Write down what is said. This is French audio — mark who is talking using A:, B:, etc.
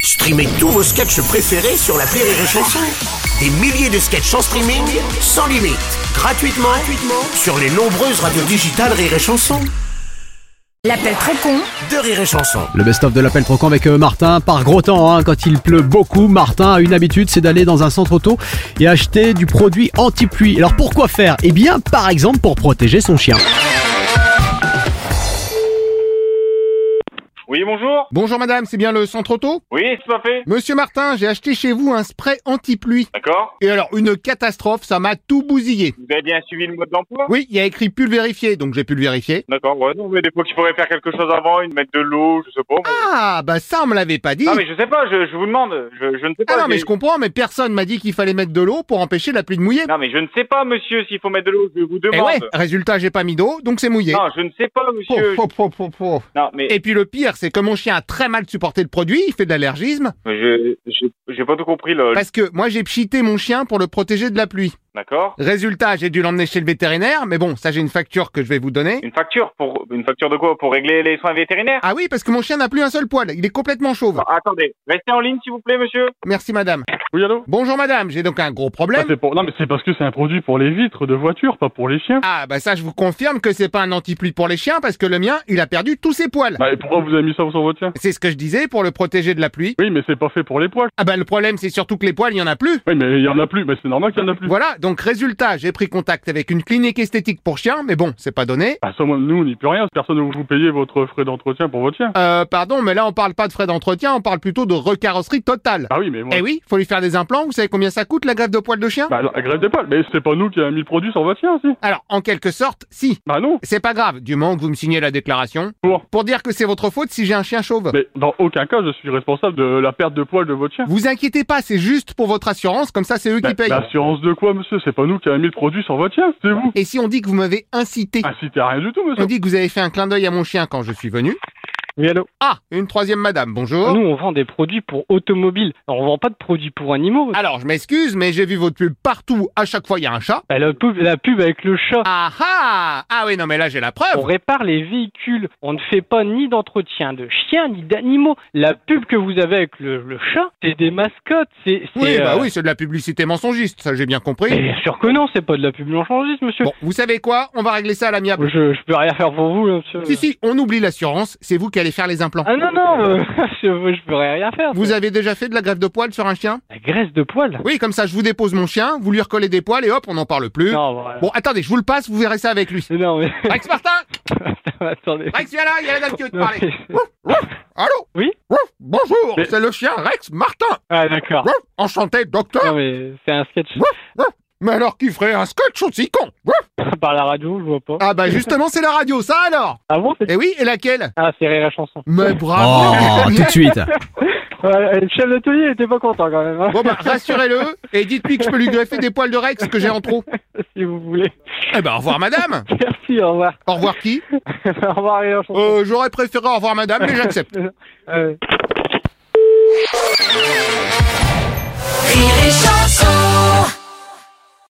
A: Streamez tous vos sketchs préférés sur la Rire et Chanson. Des milliers de sketchs en streaming, sans limite, gratuitement, gratuitement sur les nombreuses radios digitales Rire et Chanson.
B: L'appel très con
A: De Rire et Chanson.
C: Le best-of de l'appel trop con avec euh, Martin. Par gros temps, hein, quand il pleut beaucoup, Martin a une habitude, c'est d'aller dans un centre auto et acheter du produit anti-pluie. Alors pourquoi faire Eh bien, par exemple, pour protéger son chien.
D: Oui, bonjour.
E: Bonjour madame, c'est bien le centre auto
D: Oui, tout à fait.
E: Monsieur Martin, j'ai acheté chez vous un spray anti-pluie.
D: D'accord.
E: Et alors, une catastrophe, ça m'a tout bousillé.
D: Vous avez bien suivi le mode d'emploi
E: Oui, il y a écrit pulvérifier, donc j'ai pulvérifié.
D: D'accord, ouais. Non, mais des fois qu'il faudrait faire quelque chose avant, une mettre de l'eau, je sais pas. moi.
E: Ah, bah ça, on me l'avait pas dit.
D: Non, mais je sais pas, je, je vous demande. Je, je ne sais pas.
E: Ah non, mais
D: j'ai-
E: je comprends, mais personne m'a dit qu'il fallait mettre de l'eau pour empêcher la pluie de mouiller.
D: Non, mais je ne sais pas, monsieur, s'il faut mettre de l'eau, je vous
E: Et
D: demande.
E: Eh ouais, résultat, j'ai pas mis d'eau, donc c'est mouillé.
D: Non, je ne sais pas,
E: Po,
D: monsieur.
E: po, po, po, po.
D: Non, mais
E: Et puis le pire, c'est que mon chien a très mal supporté le produit, il fait de l'allergisme,
D: je j'ai- j'ai pas tout compris, là.
E: parce que moi j'ai pchité mon chien pour le protéger de la pluie.
D: D'accord.
E: Résultat, j'ai dû l'emmener chez le vétérinaire, mais bon, ça j'ai une facture que je vais vous donner.
D: Une facture pour une facture de quoi Pour régler les soins vétérinaires
E: Ah oui, parce que mon chien n'a plus un seul poil, il est complètement chauve.
F: Ah.
D: Non, Attendez, restez en ligne, s'il vous plaît, monsieur.
E: Merci madame.
F: Oui, allô
E: Bonjour madame, j'ai donc un gros
F: Ah,
E: problème.
F: c'est pour- Non, mais c'est parce que c'est un produit pour les vitres de voiture, pas pour les chiens.
E: Ah bah ça je vous confirme que c'est pas un anti-pluie pour les chiens parce que le mien, il a perdu tous ses poils.
F: Bah, et pourquoi vous avez mis ça sur votre chien
E: C'est ce que je disais pour le protéger de la pluie.
F: Oui, mais c'est pas fait pour les poils.
E: Ah bah le problème c'est surtout que les poils, il y en a plus.
F: Oui, mais il y en a plus, mais c'est normal qu'il y en a plus.
E: Voilà, donc résultat, j'ai pris contact avec une clinique esthétique pour chiens, mais bon, c'est pas donné.
F: Bah, ça, moi, nous, on n'y peut rien. Personne ne vous payer votre frais d'entretien pour votre chien.
E: Euh pardon, mais là on parle pas de frais d'entretien, on parle plutôt de recarrosserie totale.
F: Ah oui, mais moi.
E: Eh oui, faut lui faire des implants, vous savez combien ça coûte la greffe de poils de chien
F: Bah, la grève des poils, mais c'est pas nous qui avons mis le produit sur votre chien, si.
E: Alors, en quelque sorte, si.
F: Bah, non.
E: C'est pas grave, du moment que vous me signez la déclaration.
F: Pour.
E: Pour dire que c'est votre faute si j'ai un chien
G: Ben.
E: chauve.
F: Mais dans aucun cas, je suis responsable de la perte de poils de votre chien.
E: Vous inquiétez pas, c'est juste pour votre assurance, comme ça c'est eux
G: Ben,
E: qui
F: Bah,
E: payent.
F: L'assurance de quoi, monsieur C'est pas nous qui avons mis le produit sur votre chien, c'est vous.
E: Et si on dit que vous m'avez incité,
F: Ah, si t'as rien du tout,
E: on
F: monsieur.
E: dit que vous avez fait un clin d'œil à mon chien quand je suis venu.
G: Oui, allô
E: Ah, une troisième madame, bonjour.
G: Nous, on vend des produits pour automobiles. Alors, on vend pas de produits pour animaux.
E: Alors, je m'excuse, mais j'ai vu votre pub partout, à chaque fois il y a un chat.
G: Bah, la, pub, la pub avec le chat.
E: Ah ah Ah oui, non mais là j'ai la preuve.
G: On répare les véhicules. On ne fait pas ni d'entretien de chiens, ni d'animaux. La pub que vous avez avec le, le chat, c'est des mascottes. C'est, c'est,
E: Oui, bah
G: euh,
E: oui, c'est de la publicité mensongiste, ça j'ai bien
G: mais
E: compris.
G: bien sûr que non, c'est pas de la pub non changiste, monsieur.
E: Bon, vous savez quoi On va régler ça à l'amiable.
G: Je, je peux rien faire pour vous, là, monsieur.
E: Si, si, on oublie l'assurance, c'est vous qui allez faire les implants.
G: Ah non, non, euh, je, je peux rien faire.
E: Vous avez déjà fait de la greffe de poils sur un chien
G: La graisse de poil
E: Oui, comme ça, je vous dépose mon chien, vous lui recollez des poils et hop, on n'en parle plus.
G: Non, voilà.
E: Bon, attendez, je vous le passe, vous verrez ça avec lui.
G: Non, mais...
E: Rex Martin
G: Attendez.
E: Rex, viens là, il y a la dame qui veut te
G: Non,
E: parler.
G: mais-
E: Allô
G: Oui
E: Ouf, Bonjour,
F: Mais-
E: c'est le chien Rex Martin.
G: Ah, d'accord.
E: Ouf, Enchanté, docteur.
G: Non, mais c'est un sketch
E: Mais alors qui ferait un scotch aussi con Ouf.
G: par la radio, je vois pas.
E: Ah bah justement, c'est la radio, ça alors
G: Ah bon c'est-
E: Eh oui, et laquelle
G: Ah, c'est rire la chanson.
E: Mais
C: Oh,
E: bravo
C: tout de suite.
G: Ouais, le chef d'atelier était pas content quand même, hein,
E: Bon bah, rassurez-le et dites-lui que je peux lui greffer des poils de Rex que j'ai en trop.
G: si vous voulez.
E: Eh ben, au revoir madame
G: Merci, au revoir.
E: Au revoir qui
G: au revoir, rire la chanson.
E: Euh, j'aurais préféré au revoir madame, mais j'accepte.
G: Euh,
B: Rire et Chanson